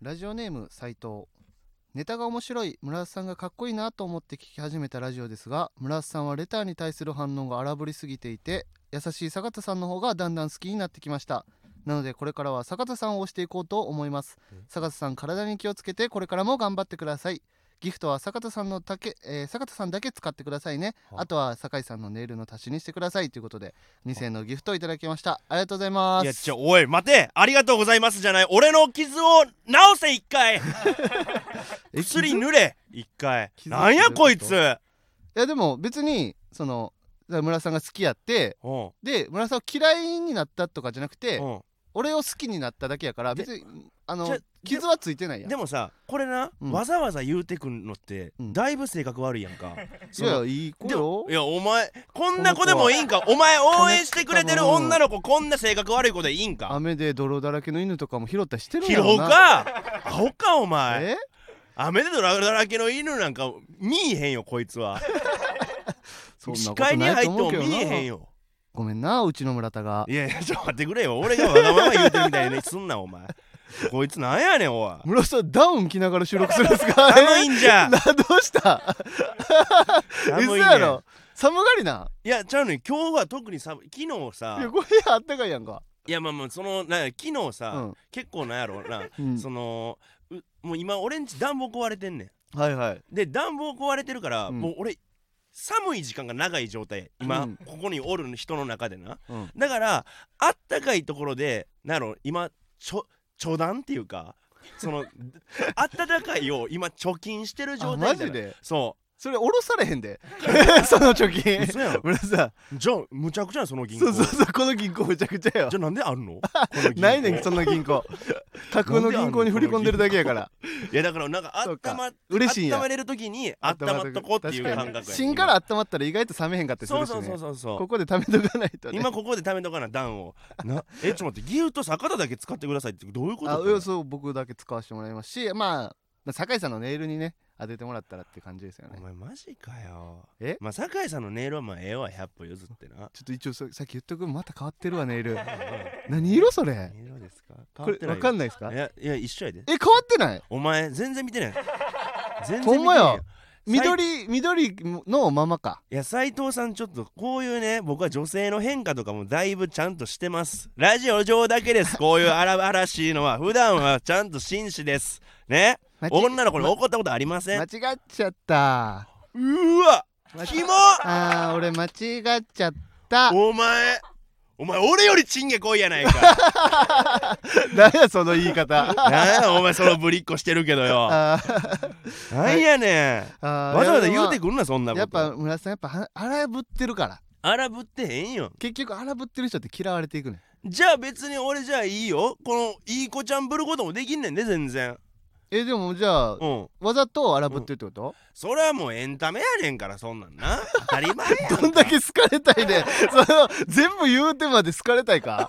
ラジオネーム斉藤ネタが面白い村田さんがかっこいいなと思って聞き始めたラジオですが村田さんはレターに対する反応が荒ぶりすぎていて優しい坂田さんの方がだんだん好きになってきましたなのでこれからは坂田さんを推していこうと思いますえ坂田さん体に気をつけてこれからも頑張ってくださいギフトは坂田さんのだけ、えー坂田さんだけ使ってくださいねはあとは酒井さんのネイルの足しにしてくださいということで2000円のギフトをいただきましたありがとうございますいやちょおい待てありがとうございますじゃない俺の傷を治せ一回え薬塗れ一回傷なんやこいつどいやでも別にそのだから村田さんが好きやってうんうんで村田さんを嫌いになったとかじゃなくて俺を好きになっただけやからで別にあじゃの傷はついてないやんでもさこれな、うんわざわざ言うてくんのって、うんだいぶ性格悪いやんかいやいやいい子でよもいやお前こんな子でもいいんかお前応援してくれてる女の子こんな性格悪い子でいいんか雨で泥だらけの犬とかも拾ったりしてるん拾やろうなかアホかお前え雨でドラだらけの犬なんか見えへんよこいつはそんな視こと界にな入いっとて思もうけど見えへんなよごめんなうちの村田がいやいやちょっと待ってくれよ俺がわがまま言うてるみたいにすんなお前こいつなんやね んおい村田さんダウン着ながら収録するんですか 寒いんじゃなどうした寒い嘘ねんやろ寒がりないやちゃうのに今日は特に寒い昨日いやさこれあったかいやんかいやまあまあそのなんや昨日さ、うん結構なんやろなうんそのうもう今俺んち暖房壊れてんねんはいはいで暖房壊れてるから、うんもう俺寒い時間が長い状態今、うんここにおる人の中でなうんだからあったかいところでなんやろ今ちょ貯暖っていうかその あったかいを今貯金してるあ状態マじゃなジいでそそれ下ろされへん でその貯う金嘘やん村田さんじゃあむちゃくちゃやんその銀そ行うそうそうこの銀行めちゃくちゃよじゃあなんであるのこの銀行 ないねんそんな銀行架空の銀行に振り込んでるだけやからいやだからなんかあそうったかま嬉しいん温やまれる時にあったまっとこっていう感覚やねん芯から温まったら意外と冷めへんかったりすそうるしそうそねうそうそうここで貯めとかないとね今ここで貯めとかな暖をなえちょっと待ってギフト坂田だけ使ってくださいってどういうことあこうれんそう僕だけ使わせてもらいますしまあ酒井さんのネイルにね当ててもらったらって感じですよねお前マジかよえまあ酒井さんのネイルはまあええわ100歩譲ってなちょっと一応ささっき言っとくまた変わってるわネ イル何色それネイルはですか変こわれってない分かんんないですかいやいや一緒やでえ変わってないお前全然見てない全然見てほんまやないよ緑緑のままかいや斉藤さんちょっとこういうね僕は女性の変化とかもだいぶちゃんとしてますラジオ上だけですこういう荒々しいのは普段はちゃんと紳士ですね間違女の子に怒ったことありません間違っちゃったうわ間違キモあー俺間違っちゃったお前お前俺よりチンゲ来いやない か何やその言い 方なんやお前そのぶりっこしてるけどよあーなんやねんあーわざわざいや言うてくんなそんなことやっぱ村田さんやっぱは荒ぶってるから荒ぶってへんよ結局荒ぶってる人って嫌われていくねんじゃあ別に俺じゃあいいよこのいい子ちゃんぶることもできんねんで全然えでもじゃあ、うんわざと荒ぶってるってこと、それはもうエンタメやねんからそんなんな当たり前やん かどんだけ好かれたい でその全部言うてまで好かれたいか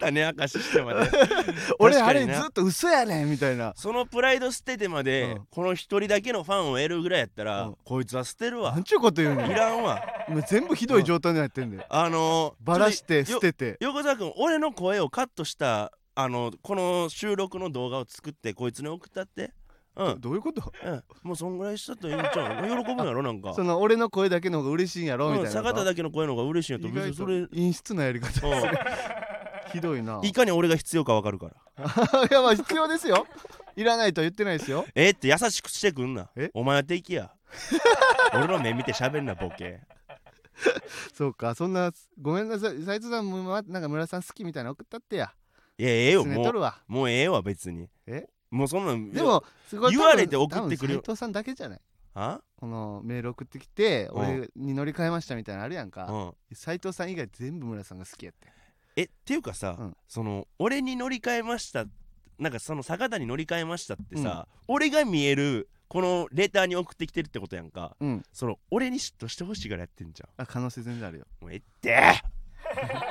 種明かししてまで 俺確あかれにずなっと嘘やねんみたいなそのプライド捨ててまで、うんこの一人だけのファンを得るぐらいやったら、うんこいつは捨てるなわんちゅうこと言うんいやらんわもう全部ひどい状態になってんだよあのーバラしてちょ捨っとよてて横澤君俺の声をカットしたあのこの収録の動画を作ってこいつに送ったってうん、どういうことうん、もうそんぐらいしたといいんちゃう喜ぶんやろなんかその俺の声だけの方が嬉しいんやろみたういん、な坂こと田だけの声の方が嬉しいんやと意別外にそとれ、うん、陰湿なや り方ひどいないかに俺が必要か分かるからいやまあ必要ですよいらないとは言ってないですよえって優しくしてくんなえお前は 敵や俺の目見て喋んなボケそうかそんなごめんなさい斉藤さんもまなんか村さん好きみたいなの送ったってやいやええよすねもとうるわもうええわ別にえもうそんなんでもすごい言われて送ってくるよ多分斉藤さんだけじゃないあこのメール送ってきてうん俺に乗り換えましたみたいなのあるやんうかん斉藤さん以外全部村さんが好きやってえっていうかさ、うんその俺に乗り換えましたなんかその坂田に乗り換えましたってさ、俺が見えるこのレターに送ってきてるってことやんかうんその俺に嫉妬してほしいからやってんじゃあ可能性全然あるよんもうええって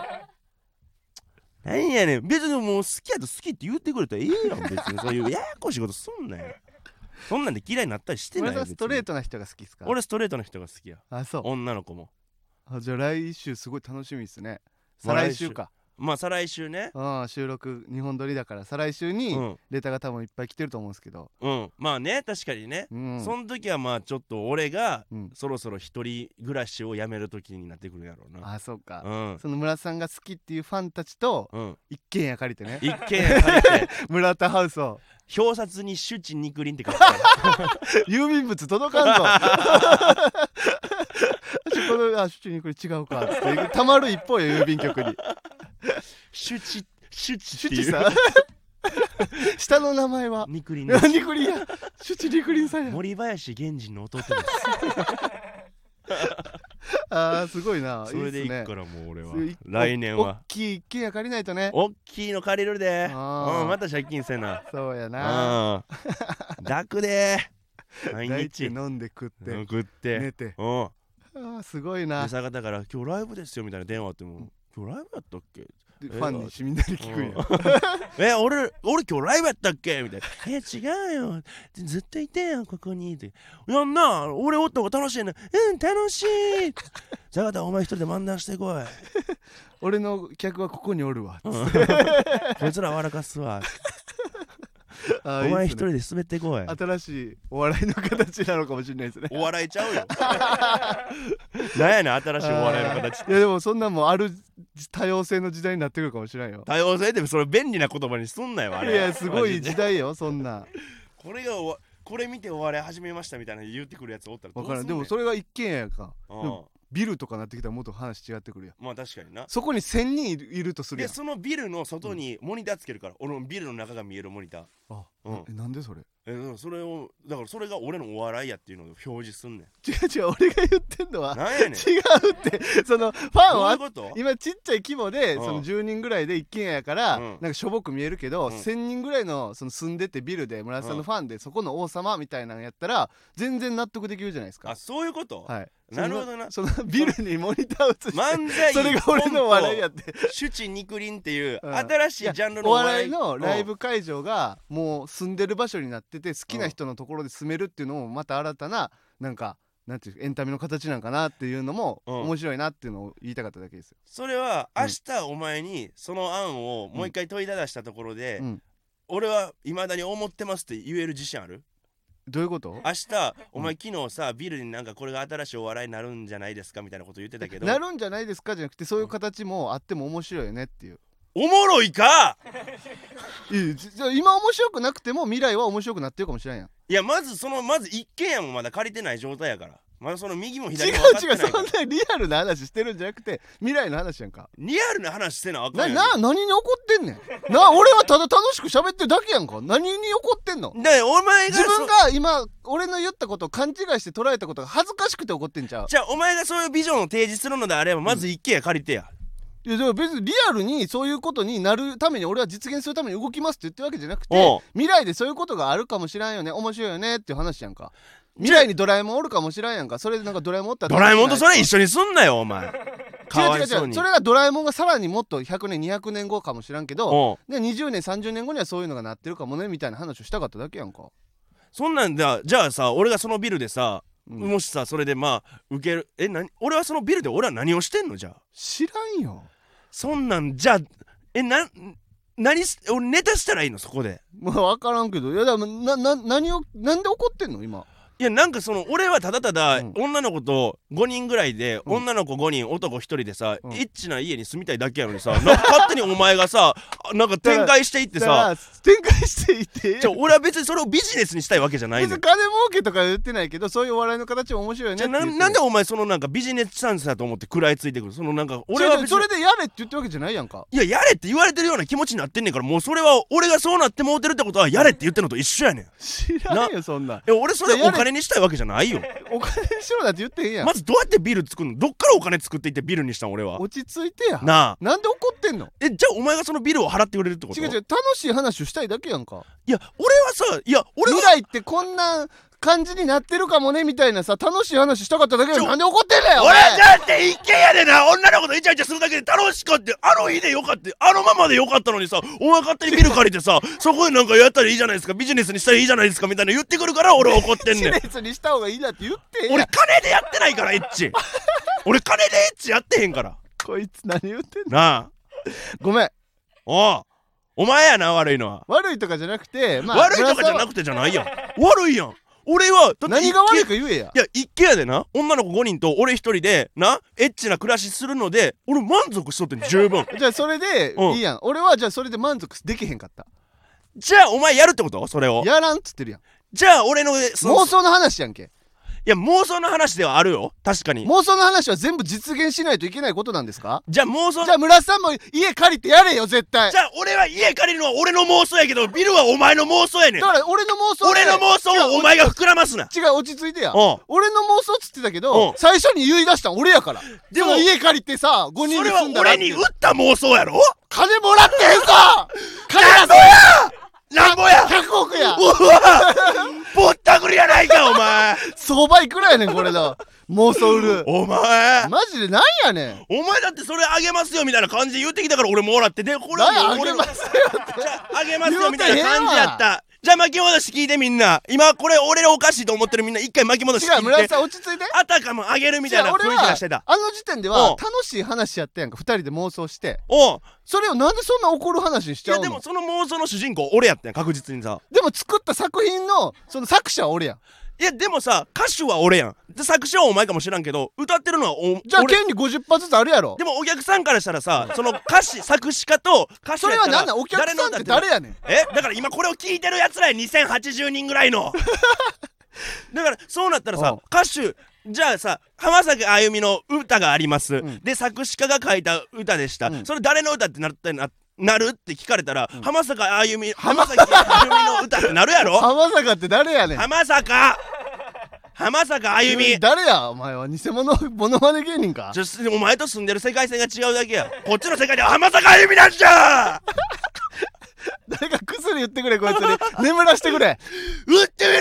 なんやねん別にもう好きやと好きって言ってくれたらええやん別にそういうややこしいことすんなよそんなんで嫌いになったりしてな村さいんストレートトな人が好きですか俺ストレートの人が好きやあそう女の子もあじゃあ来週すごい楽しみですねま再あ来週かまあ再来週ねうん収録2本撮りだから再来週うにんレターが多分いっぱい来てると思うんですけどうんまあね確かにね、うんその時はまあちょっと俺がうんそろそろ一人暮らしをやめる時になってくるやろうなあそうかうんその村田さんが好きっていうファンたちとうん一軒家借りてね一軒家借りて村田ハウスを表札に「朱地肉林」って書いてある郵便物届かんぞちょこのあ主にこれ違うかっつってたまる一方よ郵便局に「朱地」「朱地」主って治いさうん下の名前は肉林です何クリや主治リクリンさんや森林源氏の弟ですあーすごいなそれでいいっいすねくからもう俺はそうい来年は大きい一軒家借りないとねおっきいの借りるでうんあーまた借金せなそうやうなん 楽で毎大地日飲んで食って送って寝てうんあーすごいな朝方から「今日ライブですよ」みたいな電話あっても「今日ライブやったっけ?でファンにしみんなに聞くんや え」俺俺今日ライブやったっけ?」みたいな「え違うよずっといてよここに」って「やんな俺おった方が楽しいねうん楽しい」坂田お前一人で漫談してこい」 俺の客はここにおるわうんこいつら笑か すわおお前一人で滑ってこい新しいお笑いの形なのかもしれないですねお笑いちゃ うよなんやねん新しいお笑いの形 いやでもそんなんもある多様性の時代になってくるかもしれんよ多様性ってそれ便利な言葉にすんなよあいれやすごいマジ時で代よそんなんこれがおわこれ見てお笑い始めましたみたいな言ってくるやつおったらどわうからすんんでねんもそれが一軒家やんかうんビルとかなってきたらもっと話違ってくるやんまあ確かになそこに1000人いるいるとするでやんそのビルの外にモニターつけるから、俺のビルの中が見えるモニターあ、うんえなんでそれえだからそれをだからそれが俺のお笑いやっていうのを表示すんねん違う違う俺が言ってんのはなんやねんど違うってそのファンういはうこと今ちっちゃい規模でうんその10人ぐらいで一軒家やからうんなんかしょぼく見えるけどうん1000人ぐらいのその住んでてビルで村田さんうのんファンでそこの王様みたいなのやったら全然納得できるじゃないですかあそういうこと、はいなるほどなそのそのビルにモニター映して漫才それが俺の笑いやコンってト朱地肉林っていううん新しいジャンルのお笑いのライブ会場がもう住んでる場所になってて好きな人のところで住めるっていうのもまた新たななんかなんていうエンタメの形なんかなっていうのもうん面白いなっていうのを言いたかっただけですよ。それはうん明日お前にその案をもう一回問いただしたところで、うん俺はいまだに思ってますって言える自信あるどういうこと明日お前昨日さビルになんかこれが新しいお笑いになるんじゃないですかみたいなこと言ってたけどなるんじゃないですかじゃなくてそういう形もあっても面白いよねっていう。おもろいかいやじゃあ今面白くなくても未来は面白くなってるかもしれんやん。いやまずそのまず一軒家もまだ借りてない状態やからまだその右も違左も分かってう違なういかそらんなリアルな話してるんじゃなくて未来の話やんか。リアルな話せなあかなんやんな何に怒ってんねんな俺はただ楽しく喋ってるだけやんか何に怒ってんのだからお前が自そ分が今俺の言ったことを勘違いして捉えたことが恥ずかしくて怒ってんちゃうじゃあお前がそういうビジョンを提示するのであればまず一軒家借りてや、いやでも別にリアルにそういうことになるために俺は実現するために動きますって言ってるわけじゃなくおてう未来でそういうことがあるかもしらんよね面白いよねっていう話やんか未来にドラえもんおるかもしらんやんかそれでなんかドラえもんおったらドラえもんとそれ違一緒にすんなよお前かうわ違う違いうそうにそれがドラえもんがさらにもっと100年200年後かもしらんけどうんで20年30年後にはそういうのがなってるかもねみたいな話をしたかっただけやんかそんなんだじゃあさ俺がそのビルでさ、うんもしさそれでまあ受けるえな俺はそのビルで俺は何をしてんのじゃあ知らんよそんなんじゃあえな何し俺ネタしたらいいのそこでまあ分からんけどいやでもなな何をなんで怒ってんの今いやなんかその俺はただただうん女の子と5人ぐらいで、うん女の子5人男1人でさ、うんエッチな家に住みたいだけやのにさなんか勝手にお前がさあなんか展開していってだかさら展開していってじゃ俺は別にそれをビジネスにしたいわけじゃない別のによ金儲けとか言ってないけどそういうお笑いの形も面白いよねじゃあって言ってなるなんでお前そのなんかビジネスチャンスだと思って食らいついてくるそのなんか俺は違う違う別そにれでやれって言ったわけじゃないやんかいや、やれって言われてるような気持ちになってんねんから、もうそれは俺がそうなってもうてるってことは、やれって言ってんのと一緒やねん。知らんよそんなえ、俺それいややおれ金にしたいわけじゃないよ。お金にしろだって言ってへんやん、まずどうやってビール作るのどっからお金作っていってビールにしたん俺は。落ち着いてやなあ。なんで怒ってんのえ、じゃあお前がそのビールを払ってくれるってこと違う違う楽しい話をしたいだけやんかいや、俺はさ、いや、俺は未、来ってこんな感じになってるかもねみたいなさ楽しい話したかっただけやんちょなんで怒ってんだよ俺はだって一軒家でな、女の子とイチャイチャするだけで楽しかって、あの日でよかって、あのままでよかったのにさ、お前勝手にビール借りて さ、そこでなんかやったらいいじゃないですか、ビジネスにしたらいいじゃないですか、みたいな言ってくるから俺は怒ってんビねジんネ。スにした方がいいだって言ってへんやん俺金でやってないからエッチ俺金でエッチやってへんからこいつ何言ってんのなあごめんおうお前やな悪いのは、悪いとかじゃなくて、まあ、悪いとかじゃなくくてじゃないやん悪いやん俺はだって何が悪いか言えやいや一軒家でな女の子5人と俺一人でなエッチな暮らしするので俺満足しとってん 十分じゃあそれでうんいいやん、俺はじゃあそれで満足できへんかったじゃあお前やるってことそれをやらんっつってるやんじゃあ俺のその妄想の話やんけいや妄想の話ではあるよ確かに妄想の話は全部実現しないといけないことなんですかじゃあ妄想じゃあ村さんも家借りてやれよ絶対じゃあ俺は家借りるのは俺の妄想やけどビルはお前の妄想やねんだから俺の妄想で俺の妄想をお前が膨らますな違う落ち着いてやうん俺の妄想っつってたけうんど最初に言い出したん俺やからででもも家借りてさ5そ人でれは住んだら俺に打った妄想やろ金もらってへんさ金なんぼがやなんぼや100億やうわぼったくりやないかお前相場いくらやねんこれだ妄想売るお前マジでなんやねんお前だってそれあげますよみたいな感じで言ってきたから俺もらってでこれなんやはあもう俺げのますよ じゃああげますよみたいな感じやったじゃあ巻き戻し聞いてみんな今これ俺らおかしいと思ってるみんな一回巻き戻し 違う聞村い井てさん落ち着いてあたかもあげるみたいな違う雰囲俺気がはしてたあの時点でうんは楽しい話やったやんか2人で妄想しておうそれをなんでそんな怒る話にしいちゃやうでのもその妄想の主人公俺やったんや確実にさでも作った作品のその作者は俺やんいやでもさ歌手は俺やんで作詞はお前かもしらんけど歌ってるのはおじゃあ俺権利50発ずつあるやろでもお客さんからしたらさその歌詞作詞家と歌手そやれっはたら何なんお客さんって誰の歌やねんえだから今これを聞いてるやつらや2080人ぐら いのだからそうなったらさおう歌手じゃあさ浜崎あゆみの歌があります、んで作詞家が書いた歌でした、うんそれ誰の歌ってなったななるって聞かれたら、浜崎あゆみ浜崎あゆみの歌ってなるやろ浜坂って誰やねん浜坂浜坂あゆみ誰やお前は偽物 モノマネ芸人かちょすお前と住んでる世界線が違うだけやこっちの世界では浜坂あゆみなんじゃ誰か薬言ってくれこいつに 眠らしてく れ打ってみ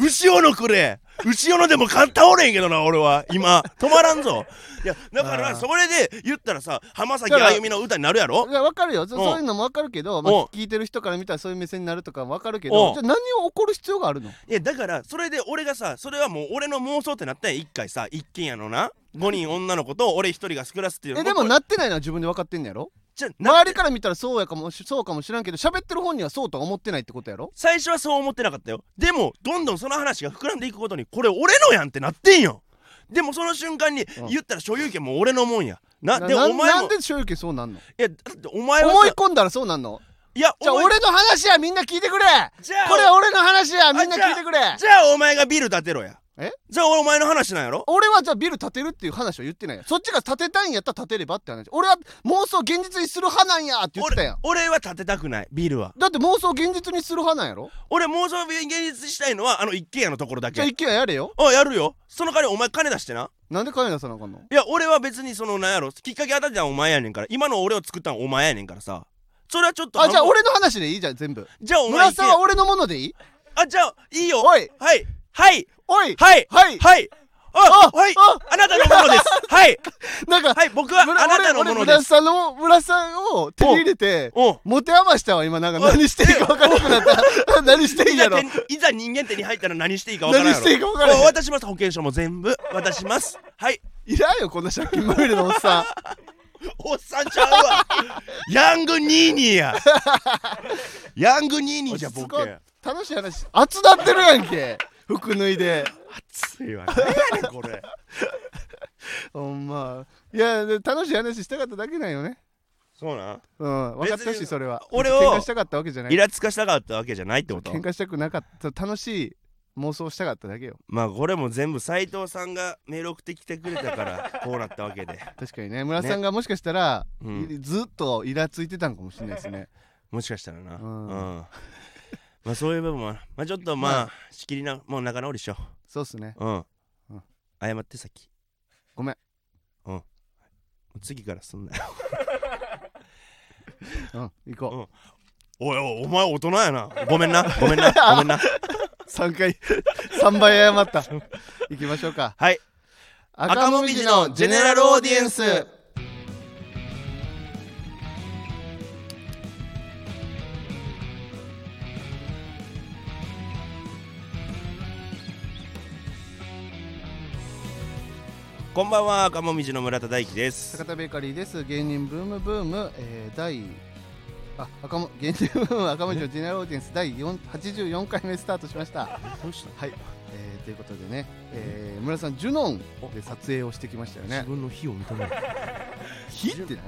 ろ 牛尾のくれ牛尾のでもか倒れへんけどな俺は今止まらんぞ いやだかあらーそれで言ったらさ浜崎あゆみの歌になるやろいや分かるよそうんそういうのも分かるけど、まあうん、聞いてる人から見たらそういう目線になるとか分かるけうんどじゃあ何を怒る必要があるのいやだからそれで俺がさそれはもう俺の妄想ってなったんや一回さ一軒家のな5人女の子と俺一人が少なすっていうえでもなってないのは自分で分かってんのやろじゃな周りから見たらそうやかもしそうかもしらんけど喋ってる本人はそうとは思ってないってことやろ最初はそう思ってなかったよでもどんどんその話が膨らんでいくことにこれ俺のやんってなってんよでもその瞬間にん言ったら所有権も俺のもんやななでなお前なんもで所有権そうなんのいやだってお前はさ思い込んだらそうなんのいやじゃあお前俺の話やみんな聞いてくれじゃあこれ俺の話やみんな聞いてくれじゃあお前がビル建てろやえじゃあ俺お前の話なんやろ俺はじゃあビル建てるっていう話は言ってないやそっちが建てたいんやったら建てればって話俺は妄想現実にする派なんやって言ってたやん俺俺は建てたくないビルはだって妄想現実にする派なんやろ俺妄想現実したいのはあの一軒家のところだじゃあけ一軒家やれよあやるよその代わりお前金出してななんで金出さなあかんのいや俺は別にそのなんやろきっかけ当たったのはお前やねんから今の俺を作ったのはお前やねんからさそれはちょっとあじゃあんま俺の話でいいじゃん全部じゃあお前村行けさんは俺のものでいいあ、じゃあ、いいよ。おいはい。はい。おいはい。はいはい。あ、あはいあ。あなたのものです。はい。なんかはい。僕はあ村なたの俺もの俺で村す。さんの村さんを手に入れておう持て余したわ今なんかおい何していいか分からなくなった 何していいんいざやろ手にいざ人間手に入ったら何していいか分からんやろ何していいか分からんお渡します保険証も全部渡しますはいいらんよこんな借金まみれのおっさん おっさんちゃ うわヤングニーニーやヤングニーニーじゃボすごいケ楽しい話熱なってるやんけ服脱いで熱いわ何やねんこれほんまいやで楽しい話したかっただけなんよねそうなんうん分かってほしいそれは俺を喧嘩したかったわけじゃないイラつかしたかったわけじゃないってこと喧嘩したくなかった楽しい妄想したかっただけよまあこれも全部斉藤さんがメール送ってきてくれたからこうなったわけで確かにね村さんがもしかしたら、うんいずっとイラついてたんかもしれないですねもしかしたらな。ううんん。まあそういう部分もある。まあちょっとまあ、仕切りな、もう仲直りしよそうっすねう。うん。うん謝ってさっき。ごめん。うん。もう次からすんなよ。うん行こう、うん おいおい、お前大人やな。ごめんな。 ごめんな。ごめんな。 3回 3倍謝った行きましょうかはい。赤もみじのジェネラルオーディエンスこんばんは赤もみじの村田大樹 です坂田ベーカリーです芸人ブームブーム、えー、第あ赤も芸人ブーム赤文字のジェネラルオーディエンス第4 84回目スタートしましたどうしたはい、えーということでね、えー、村田さんジュノンで撮影をしてきましたよね自分の非を認 める火ってない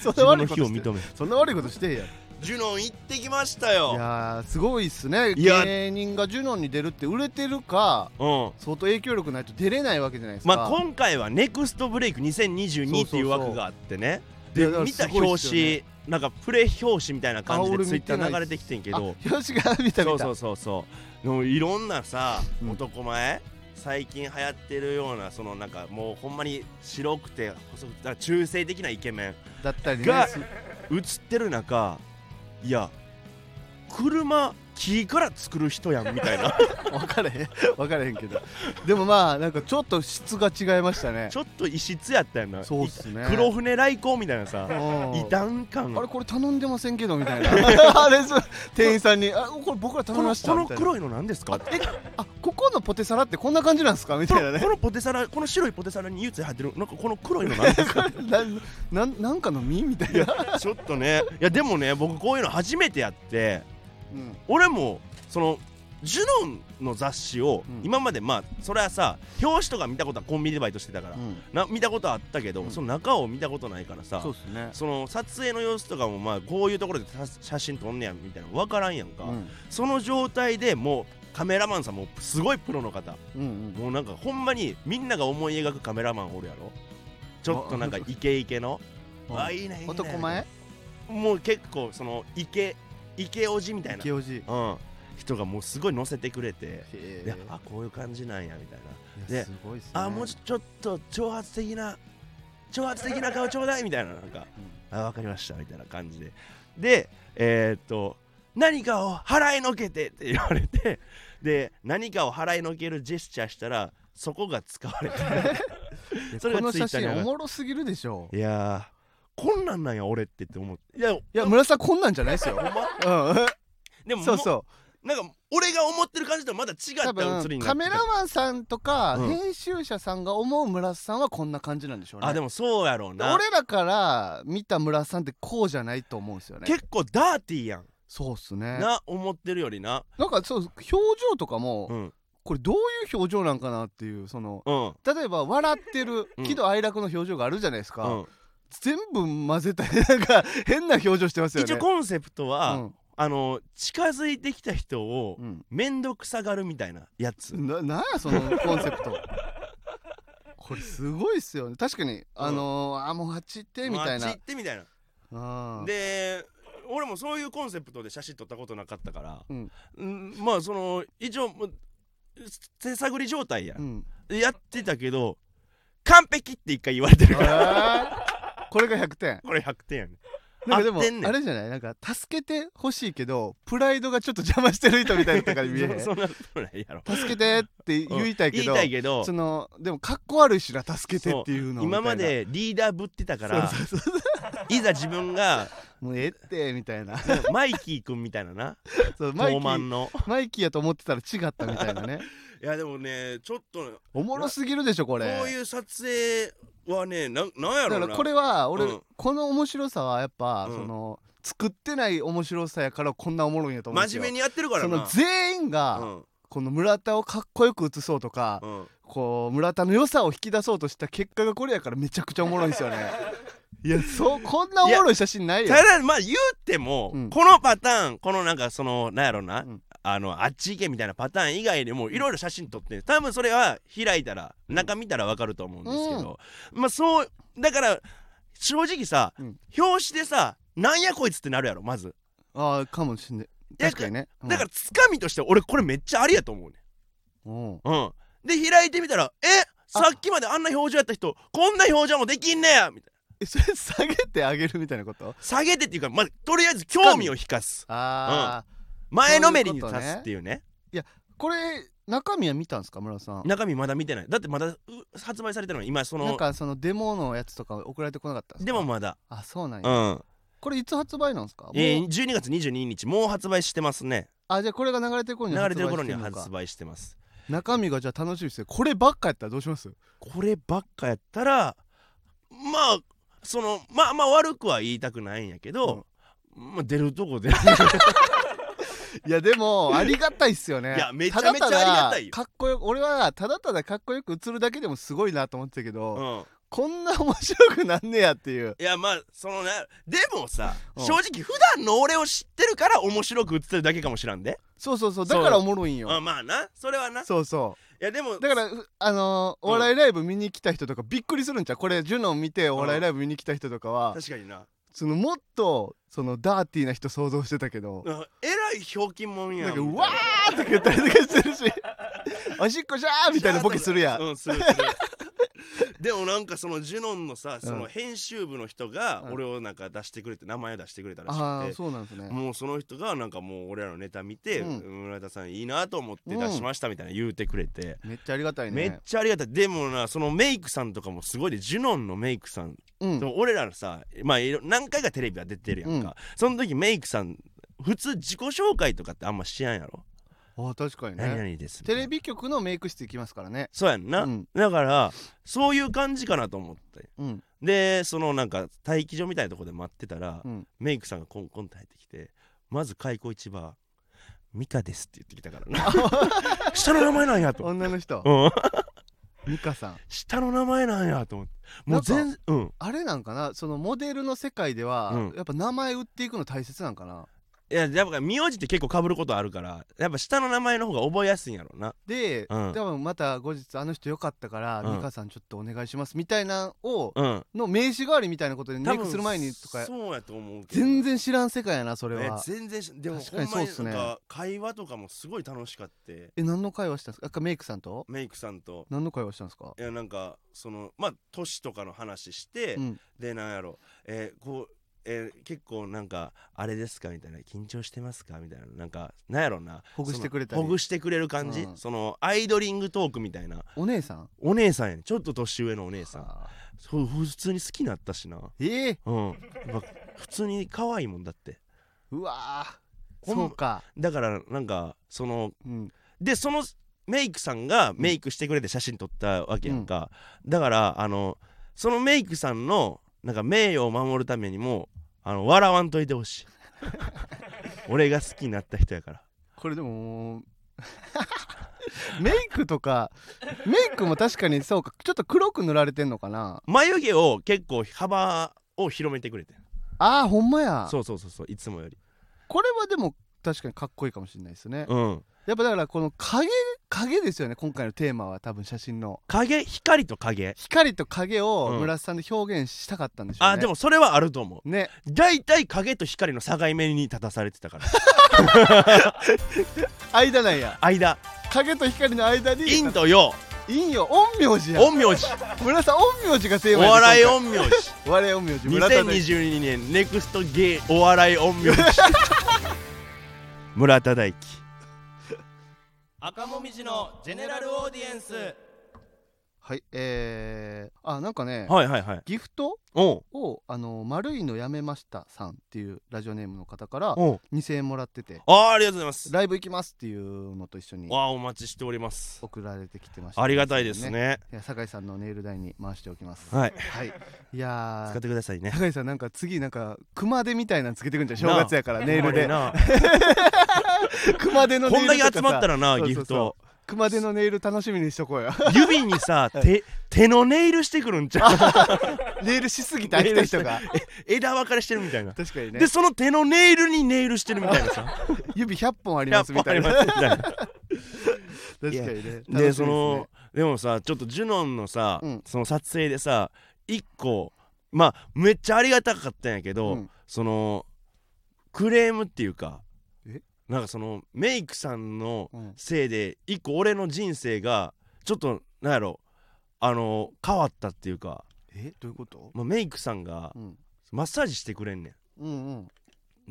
そん な自分悪のい非ことしてを認めるそんな悪いことしてへんやんジュノン行ってきましたいよやーすごいっすねいや芸人がジュノンに出るって売れてるかうん相当影響力ないと出れないわけじゃないですか、まあ今回はネクストブレイク2022っていう枠があってねいでやだから見たすごいっ表すよね紙なんかプレ表紙みたいな感じあで俺ツ見イッタてないー流れてきてんけあど表紙が見た見たそうそうそうそうでもいろんなさうん男前最近流行ってるようなそのなんかもうほんまに白くて細くてだから中性的なイケメンだったりねがす映ってる中いや車木から作る人やんみたいな分かれへん分かれへんけどでもまあなんかちょっと質が違いましたねちょっと異質やったよなそうっすね黒船来航みたいなさうん異端感あれこれ頼んでませんけどみたい なあれそう店員さんに「あこれ僕ら頼こみのました」こみのたいな黒いの何ですかあえあここのポテサラってこんな感じなんですかみたいなねこのポテサラこの白いポテサラにユーツ入ってるなんかこの黒いの 何ですかなんなんなんかの実みたいいやな、ちょっとねいやでもね僕こういうの初めてやってうん俺もそのジュノンの雑誌をうん今までまあそれはさ表紙とか見たことはコンビニでバイトしてたから、うんな見たことはあったけど、うんその中を見たことないからさそうですね、その撮影の様子とかもまあこういうところでさ写真撮んねやみたいなの分からんやんか、うん、うんその状態でもうカメラマンさんもすごいプロの方うんもうなんかほんまにみんなが思い描くカメラマンおるやろちょっとなんかイケイケのうんあいいねいいね男前もう結構そのイケイケおじみたいな、池王子うん、人がもうすごい乗せてくれて、へであこういう感じなんやみたいなえいやですごいっすねあもうちょちょっと挑発的な挑発的な顔ちょうだいみたいななんか、あわかりましたみたいな感じででえーっと何かを払いのけてって言われてで何かを払いのけるジェスチャーしたらそこが使われてでそれがこのツイ写ッターに真上がおるもろすぎるでしょいやーこんなんなんや俺ってって思っていやいいや村田さんこんなんじゃないですよ、うでもん、そうもそううなんか俺が思ってる感じとはまだ違多った写り分になカってメたラマンさんとかうん編集者さんが思う村瀬さんはこんな感じなんでしょうね、あでもそうやろうな俺らから見た村瀬さんってこうじゃないと思うんですよね結構ダーティーやんそうっすねなな思ってるよりなんかそう表情とかも、うんこれどういう表情なんかなっていうそのうん例えば笑ってるうん喜怒哀楽の表情があるじゃないですうか、ん全部混ぜたなんか変な表情してますよね一応コンセプトは、うんあの近づいてきた人をうん面倒くさがるみたいなやつ、ななんやそのコンセプト これすごいっすよね確かにあのーあもうあっち行ってみたいあっなち行ってみたいなあーで俺もそういうコンセプトで写真撮ったことなかったから、うんんまあその一応もう手探り状態やう、 んやってたけど完璧って一回言われて るからこれが100点これ100点やねなんかでも合ってんねんあれじゃないなんか助けてほしいけどプライドがちょっと邪魔してる人みたいなとかに見えへん そ助そんなことないやろけてって言いたいけ言いど,、たいけどそのでもかっこ悪いしな助けてっていうのみた今いなまでリーダーぶってたからそうそうそいざ自分がうもうええってみたいなマイキー君みたいな なそうマイキ高慢ーのマイキーやと思ってたら違ったみたいな ねいやでもねちょっとねおもろすぎるでしょここれういう撮影はねなんなんやだろかうならこれは俺、うんこの面白さはやっぱ、うんその作ってない面白さやからこんなおもろいんやと思うんです真よ面目にやってるからそのな全員が、この村田をかっこよく映そうとか、うんうんこう村田の良さを引き出そうとした結果がこれやからめちゃくちゃおもろいんですよ ねいやそうこんなおもろい写真ないよただまあ言っても、うんこのパターンこのなんかそのなんやろうな、うんあのあっち行けみたいなパターン以外でもいろいろ写真撮ってる多分それは開いたら中見たらわかると思うんですけど、まあそうだから正直さ、うん表紙でさなんやこいつってなるやろまずああかもしんねや確かにねだからつかみとして俺これめっちゃありやと思うねら、うんうんで開いてみたらえさっきまであんな表情やった人こんな表情もできんねやみたいなえそれ下げてあげるみたいなこと下げてっていうかまずとりあえず興味を引かすああ、前のめりに立つっていうねこれ中身は見たんですか村田さん中身まだ見てないだってまだう発売されてるの今そなんのかそのデモのやつとか送られてこなかったんすかでもまだあそうなんうや、んこれいつ発売なんですか、えもうー12月22日もう発売してますねあじゃあこれが流れてる頃に流はれてる頃には発売してんのか発売してます中身がじゃあ楽しみですねこればっかやったらどうしますこればっかやったらまあそのまあまあ悪くは言いたくないんやけど、まあ、出ると こ出るいやでも ありがたいっすよねいやめちゃめちゃありがたいよだだかっこよく俺はただただかっこよく映るだけでもすごいなと思ってたけど、うん、こんな面白くなんねやっていういやまあそのねでもさうん正直普段の俺を知ってるから面白く映ってるだけかもしらんで、そうそうそうだからおもろいんよあまあなそれはないそうそやでもうだからうあのーうんお笑いライブ見に来た人とかびっくりするんちゃうこれジュノン見てお笑いライブ見に来た人とかは、確かになそのもっとそのダーティーな人想像してたけど、うんえらいひょうきんもんやなんかみたいうなわーとか言ったりとかしてる しおしっこじゃーみたいなボケするやん、うんするす るでもなんかそのジュノンのさうんその編集部の人がうん俺をなんか出してくれて名前を出してくれたらしああくてそうなんですねもうその人がなんかもう俺らのネタ見てうん村田さんいいなと思って出しましたみたいな言うてくれてめっちゃありがたいねめっちゃありがたいでもなそのメイクさんとかもすごいでジュノンのメイクさんうんでも俺らのさまあいろ何回かテレビは出てるやんかその時メイクさん普通自己紹介とかってあんましやんやろあー確かに何ね々ですみたテいなレビ局のメイク室行きますからねそうやんなうんだからそういう感じかなと思ってうんでそのなんか待機所みたいなとこで待ってたら、うんメイクさんがコンコンと入ってきてまず開口一番「ミカです」って言ってきたから な 下の名前なんやと、女の人うん、美香さん下の名前なんやと思ってもう全然うんあれなんかなそのモデルの世界では、うんやっぱ名前売っていくの大切なんかないややっぱ名字って結構かぶることあるからやっぱ下の名前の方が覚えやすいんやろうなで、う多ん分また後日あの人良かったから、うん美香さんちょっとお願いしますみたいなを、うんの名刺代わりみたいなことでメ多イク分する前にとかそうやと思うけど全然知らん世界やなそれえは全然しでも確ほかにんまそうっにすなねんか会話とかもすごい楽しかってえ何の会話したんですかあメイクさんとメイクさんと何の会話したんですかいやなんかそのまあ年とかの話して、うんでなんやろえーこうえー結構なんかあれですかみたいな緊張してますかみたいななんかなんやろなほぐしてくれたそりのほぐしてくれる感じ、うんそのアイドリングトークみたいなお姉さんお姉さんやねちょっと年上のお姉さんあそう普通に好きになったしなーえー、うんやっぱ普通に可愛いもんだってうわーほんそうか、だからなんかそのうん、でそのメイクさんがメイクしてくれて写真撮ったわけやんか、だからあのそのメイクさんのなんか名誉を守るためにもあの笑わんといて ほしい俺が好きになった人やからこれでももうメイクとかメイクも確かにそうかちょっと黒く塗られてんのかな眉毛を結構幅を広めてくれてあーほんまやそうそうそうそういつもよりこれはでも確かにかっこいいかもしれないですね、うんやっぱだからこの影影ですよね今回のテーマは多分写真の影光と影、光と影をうん村瀬さんで表現したかったんでしょうね、あでもそれはあると思うね大体影と光の境目に立たされてたから間なんや間影と光の間に陰と陽陰よ陰陽師や陰陽師村瀬さん陰陽師がテーおマやね笑い今回陰陽師お笑い陰陽師村田大2022年ネクストゲーお笑い音楽村田大樹赤もみじのジェネラルオーディエンスはいえー、あなんかねはいはいはいギフトおうをあの丸いのやめましたさんっていうラジオネームの方からおう2000円もらっててあーありがとうございますライブ行きますっていうのと一緒にわあお待ちしております送られてきてました、ありがたいですねいや酒井さんのネイル台に回しておきますはいはいい使やってくださいーね酒井さんなんか次なんか熊手みたいなのつけてくんじゃん正月やからネイルでこれな熊手のネこイんルだとかさけ集まったらなそうそうそうギフト熊手のネイル楽しみにしとこうよ指 にさ手手のネイルしてくるんちゃうネイルしすぎて飽きた人が枝分かれしてるみたいな確かにねでその手のネイルにネイルしてるみたい なさ指100本ありますみたいなやっぱありますみたいな確かにね楽しみでですそねのでもさちょっとジュノンのさ、うんその撮影でさ一個まあめっちゃありがたかったんやけど、うんそのクレームっていうかえなんかそのメイクさんのうんせいで一個俺の人生がちょっとなんやろあの変わったっていうか、えどういうことまあ、メイクさんがうんマッサージしてくれんねうんうんん。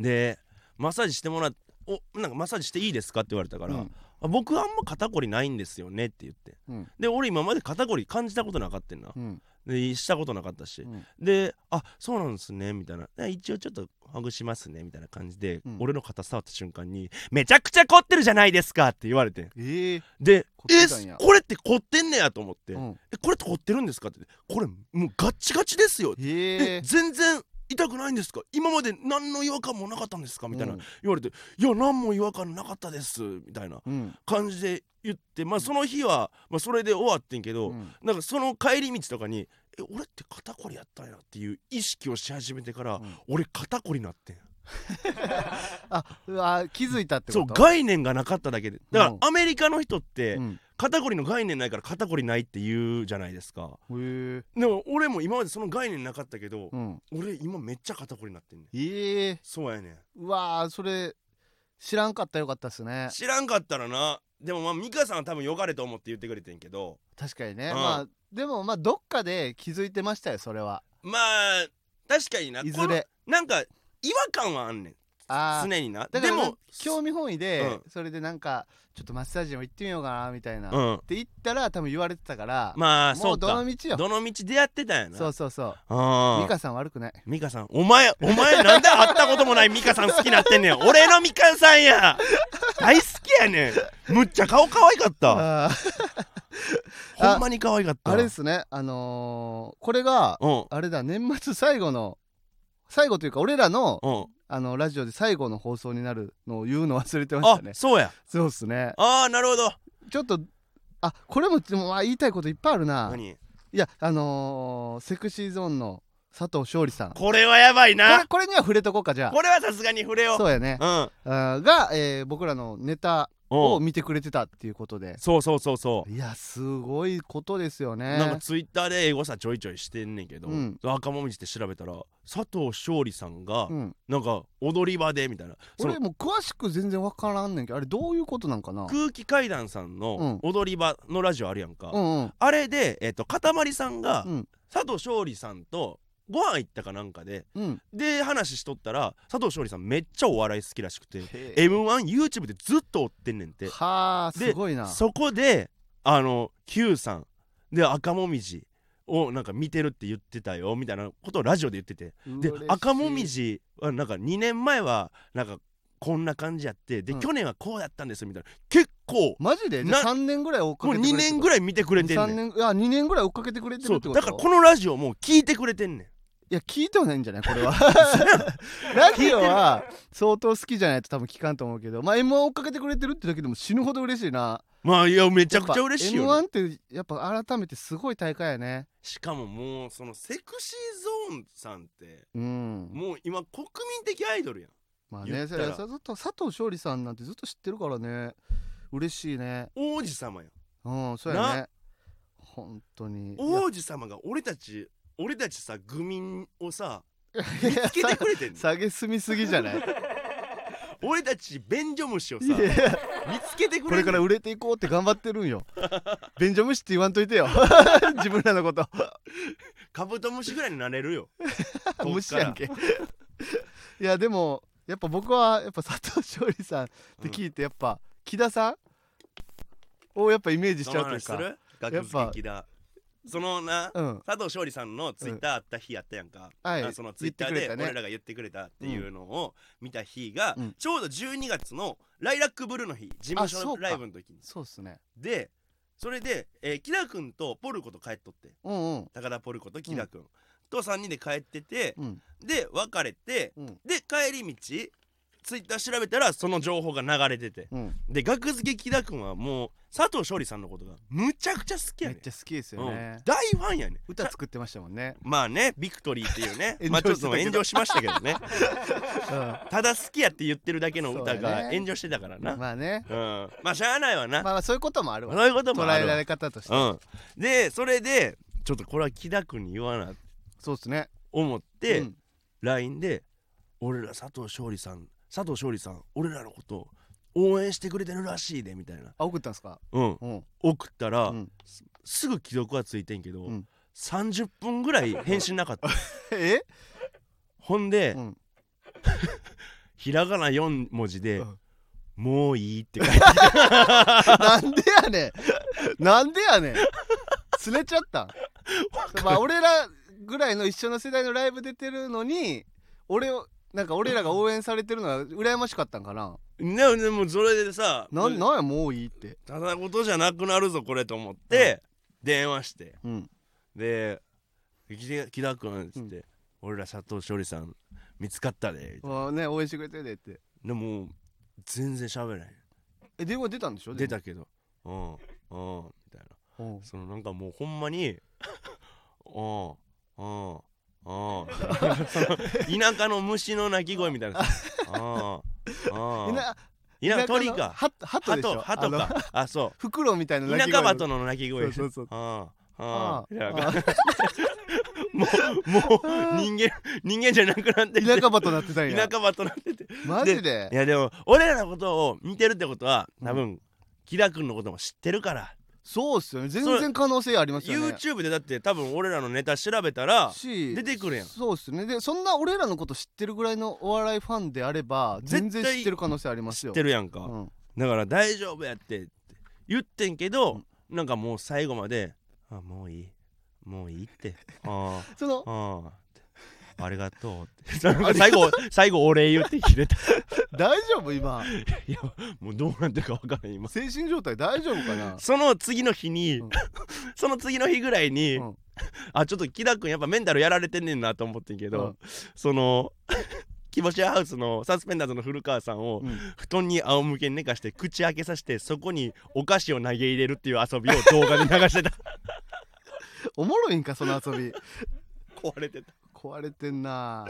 でマッサージしてもらおなんかマッサージしていいですか?」って言われたから「うんあ僕あんま肩こりないんですよね」って言ってうんで俺今まで肩こり感じたことなかったんなうんでしたことなかったし、うんで「あそうなんですね」みたいなで「一応ちょっとほぐしますね」みたいな感じで、うん俺の肩触った瞬間に「めちゃくちゃ凝ってるじゃないですか」って言われてええで「凝ってたんやえこれって凝ってんねや」と思って「うんえこれって凝ってるんですか?」って「これもうガッチガチですよ」えええ全然痛くないんですか今まで何の違和感もなかったんですかみたいなうん言われて「いや何も違和感なかったです」みたいなうん感じで言ってまあその日は、まあ、それで終わってんけど、うんなんかその帰り道とかに「え俺って肩こりやったんや」っていう意識をし始めてから、うん俺肩こりなってんあうわ気づいたってそこうと概念がなかっただけでだうかんらアメリカの人ってうん肩こりの概念ないから肩こりないって言うじゃないですかへえでも俺も今までその概念なかったけど、うん俺今めっちゃ肩こりなってんねんええそうやねんうわーそれ知らんかったらよかったっすね知らんかったらなでもまあ美香さんは多分よかれと思って言ってくれてんけど確かにね、うんまあでもまあどっかで気づいてましたよそれはまあ確かにないずれこのなんか違和感はあんねんああ常になだでからも興味本位で、うそれでなんかちょっとマッサージも行ってみようかなみたいな、うっんて言ったら多分言われてたから、まあもそううどのか道よどの道出会ってたんやなそうそうそう美ああ香さん悪くない美香さんお前お前なんで会ったこともない美香さん好きなってんねん俺の美香さんや大好きやねんむっちゃ顔可愛かったあーあほんまに可愛かったあれですねあのーこれがうんあれだ年末最後の最後というか俺らのうんあのラジオで最後の放送になるのを言うの忘れてましあたねそうやそうっすねああなるほどちょっとあこれもでもあ言いたいこといっぱいあるな何いやあのーセクシーゾーンの佐藤勝利さんここれはやばいれなこれには触れとこうかじゃこれはさすがに触れよあうそうやねうんあーが、えー僕らのネタをお見てくれてたっていうことでそうそうそうそう、いやすごいことですよねなんかツイッターでエゴさちょいちょいしてんねんけど、うん赤もみじって調べたら佐藤勝利さんがうん、なんか踊り場でみたいな、その俺も詳しく全然分からんねんけどあれどういうことなんかな空気階段さんの踊り場のラジオあるやんか、うんうんあれでえっ、とかたまりさんが、うん佐藤勝利さんとご飯行ったかなんかでうんで話しとったら佐藤勝利さんめっちゃお笑い好きらしくてえ m 1 y o u t u b e でずっと追ってんねんてはあですごいなそこであの Q さんで赤もみじをなんか見てるって言ってたよみたいなことをラジオで言っててで嬉しい赤もみじはなんか2年前はなんかこんな感じやってで、うん去年はこうやったんですみたいな結構マジでじゃあ3年ぐらい追っかもうけて2年ぐらいらい見てくれてんねん年いや2年ぐらい追っかけてくれてるそっうてことだからこのラジオもう聞いてくれてんねんいや聞いてはないんじゃないこ れは ラジオは相当好きじゃないと多分聞かんと思うけどまあ M1 追っかけてくれてるってだけでも死ぬほど嬉しいなまあいやめちゃくちゃ嬉しいよね、 M1 ってやっぱ改めてすごい大会やねしかももうそのセクシーゾーンさんってうんもう今国民的アイドルやんまあ言ねっそたれらずっと佐藤勝利さんなんてずっと知ってるからね嬉しいね王子様やんうんそうやね本当にいや王子様が俺たち俺たちさ愚民を さつけてくれてんの下げすみすぎ じゃない俺たち便所虫をさい見やつけてくこれれてかんらの売れていこうって頑張ってるん よ便所虫って言わんといてよ 自分らのことカブトムシぐらいになれる よこっ無視やんけいやでもやっぱ僕はやっぱ佐藤勝利さんって聞いてやっぱ木田さんをやっぱイメージしそちゃのうという話すかる学付けだそのなうん佐藤勝利さんのツイッターあった日やったやんか、はいあそのツイッター言ってでくれたね俺らが言ってくれたっていうのを見た日が、うんちょうど12月のライラックブルーの日事務所あそうのかライブの時にそうっすねでそれで、えー、キラ君とポルコと帰っとってうんうん高田ポルコとキラ君、と3人で帰ってて、うんで別れてうんで帰り道ツイッター調べたらその情報が流れててうんで学付け木田君はもう佐藤勝利さんのことがむちゃくちゃ好きめやねんっちゃ好きですよねうん、大ファンやねん歌作ってましたもん ね、まあねビクトリーっていうね 炎上まあちょっとしてたけど炎上しましたけどねうただ好きやって言ってるだけの歌そうだがね炎上してたからなう,、ん、まあねんまあしゃあないわな、まあまあそういうこともあるわそういうこともあ捉えるらわれ方として、うんでそれでちょっとこれは木田君に言わなそうっすね思って、うん LINE で「俺ら佐藤勝利さん佐藤勝利さん俺らのこと応援してくれてるらしいで」みたいな、あ送ったんすかうん、うん送ったら、うんすすぐ既読はついてんけど、うん30分ぐらい返信なかったえほんで、うんひらがな4文字でうん「もういいって書いてあなる んでやねんなんでやねんすれちゃっ たまあ俺らぐらいの一緒の世代のライブ出てるのに俺をなんか俺らが応援されてるのは羨ましかったんかなでもでもそれでさなんなんやもういいってただことじゃなくなるぞこれと思って、電話してうんで「木田木田君」っつって、俺ら佐藤勝利さん見つかったで」みたいなあーね応援してくれてるでってでも全然喋れないえ電話出たんでしょ出たけど「うんうん」みたいなうんそのなんかもうほんまに 「うんうんうん」 田舎の虫の鳴き声みたいな「うんういん」な田舎の鳥かハハトでしょ鳩鳩あのかあそう袋みたいな鳴田き声舎のバトの鳴き声でしそうょ。そうそうあああああーなんかもうもう人間人間じゃなくなってき田て舎バトなってたんや田舎バトなっててマジでいやでも俺らのことを見てるってことは多分キラ君のことも知ってるからそうっすよね全然可能性ありますよね YouTube でだって多分俺らのネタ調べたらし出てくるやんそうっすねでそんな俺らのこと知ってるぐらいのお笑いファンであれば全然知ってる可能性あります知っよてるやんかうんだから大丈夫やってって言ってんけどんなんかもう最後まで「あもういいもういい」って「ああそのああありがとうってなんか最後最後お礼言って切れた大丈夫今いやもうどうなってるか分からん今精神状態大丈夫かなその次の日に、うん その次の日ぐらいに、うんあちょっとキダ君やっぱメンタルやられてんねんなと思ってんけど、うんその キボシハウスのサスペンダーズの古川さんをうん布団に仰向けに寝かして口開けさせてそこにお菓子を投げ入れるっていう遊びを動画で流してたおもろいんかその遊び壊れてた、 壊れてんな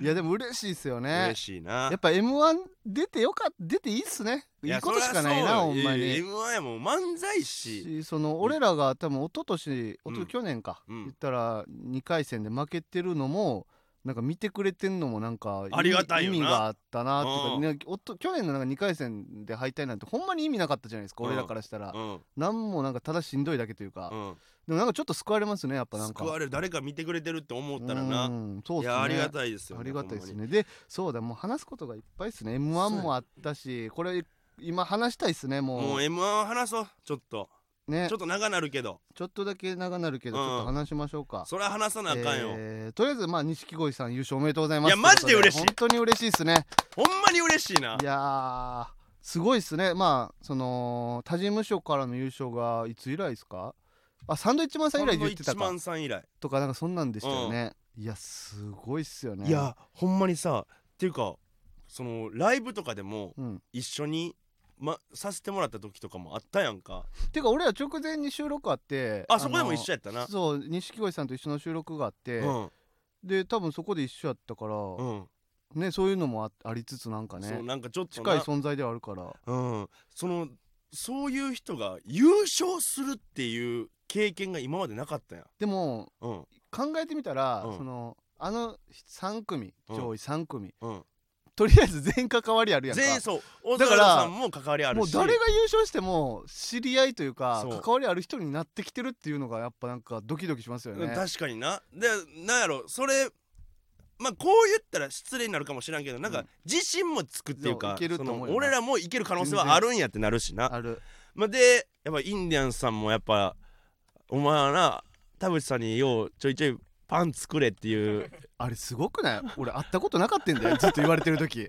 いやでも嬉しいっすよね 嬉しいなやっぱ m 1出てよかった出ていいっすねいいことしかないなほんまに m 1やもう漫才師しその俺らが多分一昨年、うん一昨去年か、うん言ったら2回戦で負けてるのもなんか見てくれてんのもなんか意味ありがたいよな意味があったなっていうかうんなんかおっと去年のなんか2回戦で敗退なんてほんまに意味なかったじゃないですか、うん俺らからしたら、うんなんもなんかただしんどいだけというか、うんでもなんかちょっと救われますねやっぱなんか救われる誰か見てくれてるって思ったらな、うんそうっいすねやありがたいですよ、ね、ありがたいですほんまにねでそうだもう話すことがいっぱいですね m 1もあったしこれ今話したいですねもうもう m 1話そうちょっとねちょっと長なるけどちょっとだけ長なるけど、うんちょっと話しましょうか。それは話さなあかんよ、えーとりあえず、まあ、錦鯉さん優勝おめでとうございます。いやマジで嬉しいとうことで本当に嬉しいですね。ほんまに嬉しいないやー、すごいですね。まあ、その、他事務所からの優勝がいつ以来ですかあ、サンドイッチマンさん以来言ってた1か万さん以来、とか、なんかそんなんでしたよね。いや、すごいっすよね。い、やほんまにさっていうかそのライブとかでもうん。一緒に、ま、させてもらった時とかもあったやんかてか、俺ら直前に収録あって、あそこでも一緒ややったなそう、錦鯉さんと一緒の収録があって、うんで、多分そこで一緒やったから、うんね、そういうのもあありつつ、なんかそうね、なんかちょっとな近い存在ではあるから。うん、そのそういう人が優勝するっていう経験が今までなかったやん、でもうん考えてみたら、うんそのあの3組うん上位3組、うん、とりあえず全員関わりあるやんか全員そう小だ沢からさんも関わりあもるうし誰が優勝しても知り合いというかそう関わりある人になってきてるっていうのがやっぱなんかドキドキしますようねん確かになでなんやろそれまあこう言ったら失礼になるかもしれんけどなんうかん自信もつくっていうそうか、いけるとそ思うのよな俺らもいける可能性はあるんやってなるしな、あるまあ、でやっぱインディアンスさんもやっぱお前はな田淵さんにようちょいちょいパン作れっ ていうあれすごくない俺会ったことなかったんだよずっと言われてる時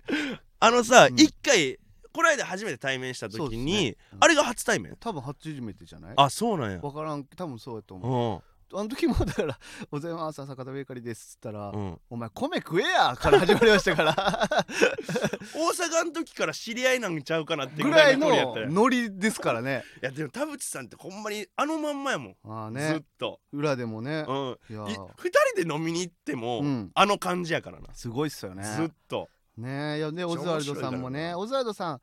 あのさうん一、回この間初めて対面したそうで時すに、ねうんあれが初対面多分初めてじゃないあそうなんや分からん多分そうやとう思うんあの時もだから「おはようございます朝方ベーカリーです」っつったら「うん、お前米食えや!」から始まりましたから 大阪の時から知り合いなんちゃうかなってぐらい距離やっのたよノリですからねいやでも田淵さんってほんまにあのまんまやもん、ああずっねと、裏でもねう、ん、いやいー二人で飲みに行っても、うんあの感じやからな、すごいっすよねずっとねえいやねオズワルドさんも面白いだろうねなオズワルドさん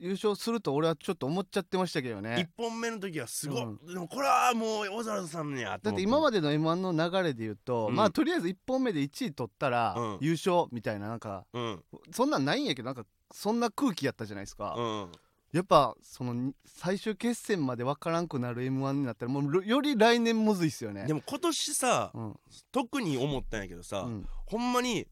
優勝すると俺はちょっと思っちゃってましたけど一ね本目の時はすごい、うんでもこれはもう小沢さんやとだっ思て今ままでの m 1の流れで言うと、うんまあとりあえず1本目で1位取ったらうん優勝みたいななんかでうんそんなんないんやけどなんかそんな空気やったじゃないですか、うんやっぱその最終決戦まで分からんくなる m 1になったらもうより来年むずいっすよねでも今年さうん特に思ったんやけどさ、うんほんまに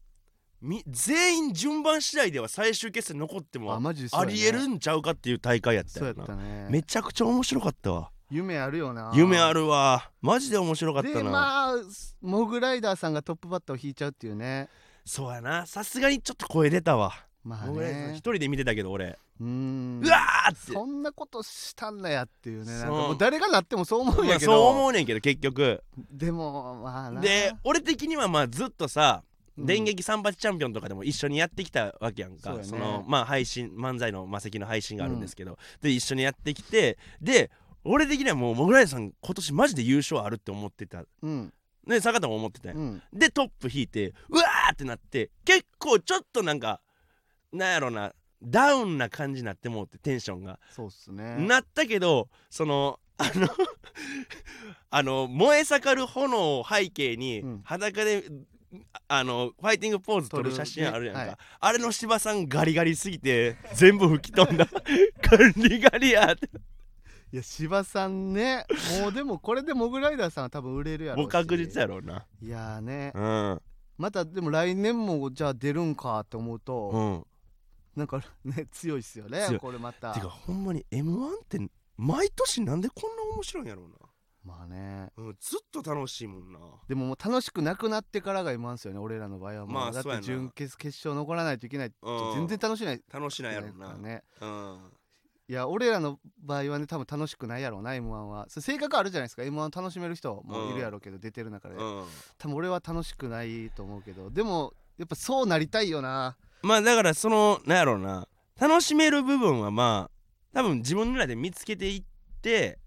み全員順番次第では最終決戦残ってあもマジでそうあやねりえるんちゃうかっていう大会やったそうよやなったねめちゃくちゃ面白かったわ夢あるよな夢あるわマジで面白かったでな、まあモグライダーさんがトップバッターを引いちゃうっていうねそうやなさすがにちょっと声出たわまあ僕ね一ね人で見てたけど俺、うーんうわーってそんなことしたんだやっていうねなんかそうもう誰がなってもそう思うんまやあけそうど、思うねんけど結局でもまあなで俺的にはまあずっとさうん電撃三八チャンピオンとかでも一緒にやってきたわけやんかそうそ,、やねのまあ配信漫才の魔石の配信があるんですけど、で一緒にやってきてで俺的にはもうモグライダーさん今年マジで優勝あるって思ってたうんね坂田も思ってたやんうんでトップ引いてうわーってなって結構ちょっとなんかなんやろなダウンな感じになってもうってテンションが、そうっすねなったけどその あのあの燃え盛る炎を背景にうん裸で、あのファイティングポーズ撮る撮る写真あるやんか、ねはいあれの芝さんガリガリすぎて全部吹き飛んだ ガリガリやっていや芝さんねもうでもこれでモグライダーさんは多分売れるやろもう確実ややろうないやーねうんまたでも来年もじゃあ出るんかって思うと、うんなんかね 強いっすよね強いこれまたてかほんまに m 1って毎年なんでこんな面白いんやろうなまあねうん、ずっと楽しいもんなでももう楽しくなくなってからが今なんですよね俺らの場合はもう、まあだっそうやてな準決決勝残らないといけないとう全ん然楽しない楽しないやろかな、らねうんいや俺らの場合はね多分楽しくないやろうな m 1はそれ性格あるじゃないですか m 1楽しめる人もいるやろうけど、出てる中で、うん、多分俺は楽しくないと思うけどでもやっぱそうなりたいよなまあだからそのなんやろうな楽しめる部分はまあ多分自分らで見つけていって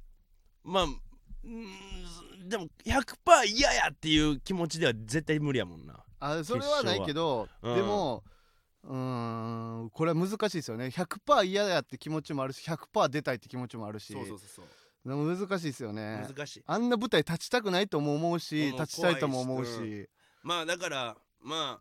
まあうんでも100%嫌やっていう気持ちでは絶対無理やもんなあそれはないけど、決勝はうんでもうーんこれは難しいですよね100%嫌だって気持ちもあるし100%出たいって気持ちもあるしそうそうでも難しいですよね難しいあんな舞台立ちたくないとも思うし思う立ちたいとも思う怖いしまあだからまあ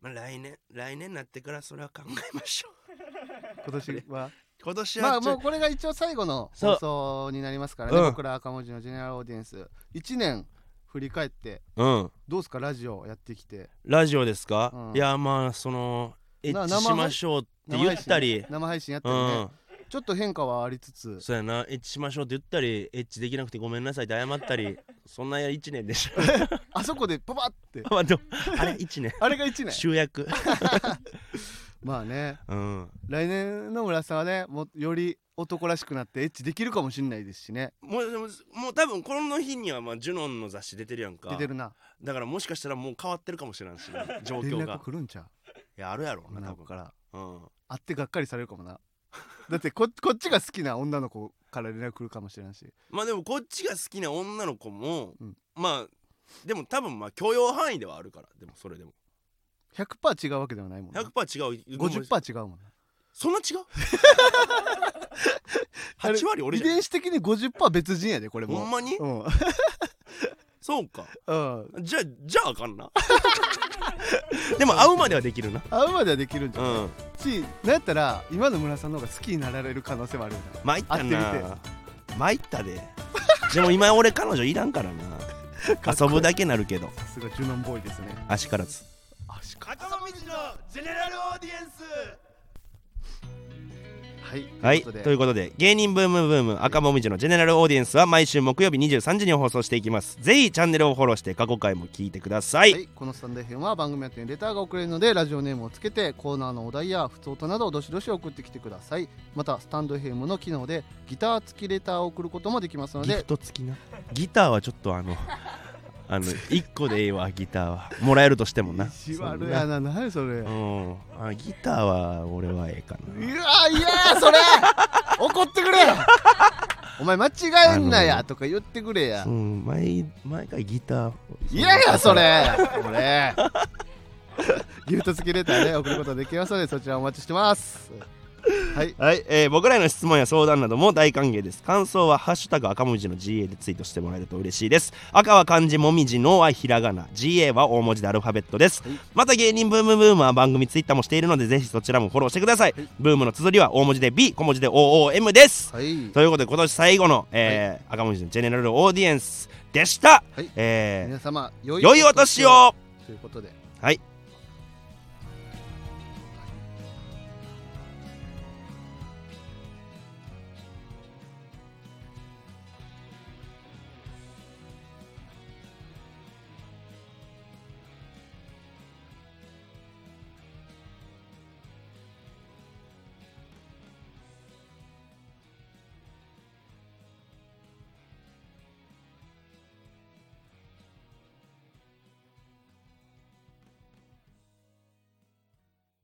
まあ来年来年になってからそれは考えましょう今年は 今年まあはちょもっうこれが一応最後のそう放送になりますからね、うん僕ら赤文字のジェネラルオーディエンス1年振り返ってと、うん、どうですかラジオやってきてラジオですか、うんいやまあそのエなッチしましょうって言ったり、生配信やったうりね、んちょっと変化はありつつそうやなエッチしましょうって言ったりエッチできなくてごめんなさいって謝っ たりそんな1年でしょ あそこでパパってまあでもあれ1年あれが1年 集約まあねうん来年の村さんはねもうより男らしくなってエッチできるかもしれないですしねもうでももう多分この日にはまあジュノンの雑誌出てるやんか出てるなだからもしかしたらもう変わってるかもしれんし 状連況絡が来るんちゃいやあるやろううな女多の子分からうん会ってがっかりされるかもなだってここっちが好きな女の子から連絡来るかもしれないしまあでもこっちが好きな女の子も、うんまあでも多分まあ許容範囲ではあるからでもそれでも100%違うわけではないもんな100%違う50%違うもんなそんな 違うあれ ?8 割俺遺じゃん伝子的に50%別人やでこれほんもまにう、うんそうかうん、じゃあじゃああかんな でも会うまではできるな会うまではできるんじうゃない、んしなんやったら今の村さんの方が好きになられる可能性もあるよな参った会ってな参ったででも今俺彼女いらんからな 遊ぶだけなるけどさすがジュノンボーイですね足からずあしか赤道のジェネラルオーディエンスはいはいということといでうことで芸人ブームブーム赤もみじのジェネラルオーディエンスは毎週木曜日23時に放送していきますぜひチャンネルをフォローして過去回も聞いてください、はい、このスタンド FM は番組宛てにレターが送れるのでラジオネームをつけてコーナーのお題や普通歌などをどしどし送ってきてくださいまたスタンド FM の機能でギター付きレターを送ることもできますのギフでト付きなギターはちょっとあのあの1個でええわギターはもらえるとしてもな意地悪やな何それ、うわそんなうんあギターは俺はええかいなやいやそれ怒ってくれお前間違えんなあやのとか言ってくれやうん毎毎回ギターいやいやそれこれギフト付きレターで送ることできますのでそちらお待ちしてますはいはい、えー僕らへの質問や相談なども大歓迎です感想は「ハッシュタグ赤文字の GA」でツイートしてもらえると嬉しいです赤は漢字もみじのはひらがな GA は大文字でアルファベットです、はいまた芸人ブームブームは番組ツイッターもしているのでぜひそちらもフォローしてください、はいブームの綴りは大文字で B 小文字で OOM ですはいということで今年最後の、えー赤文字のジェネラルオーディエンスでした、はいえ皆様良ー良いお年をということではい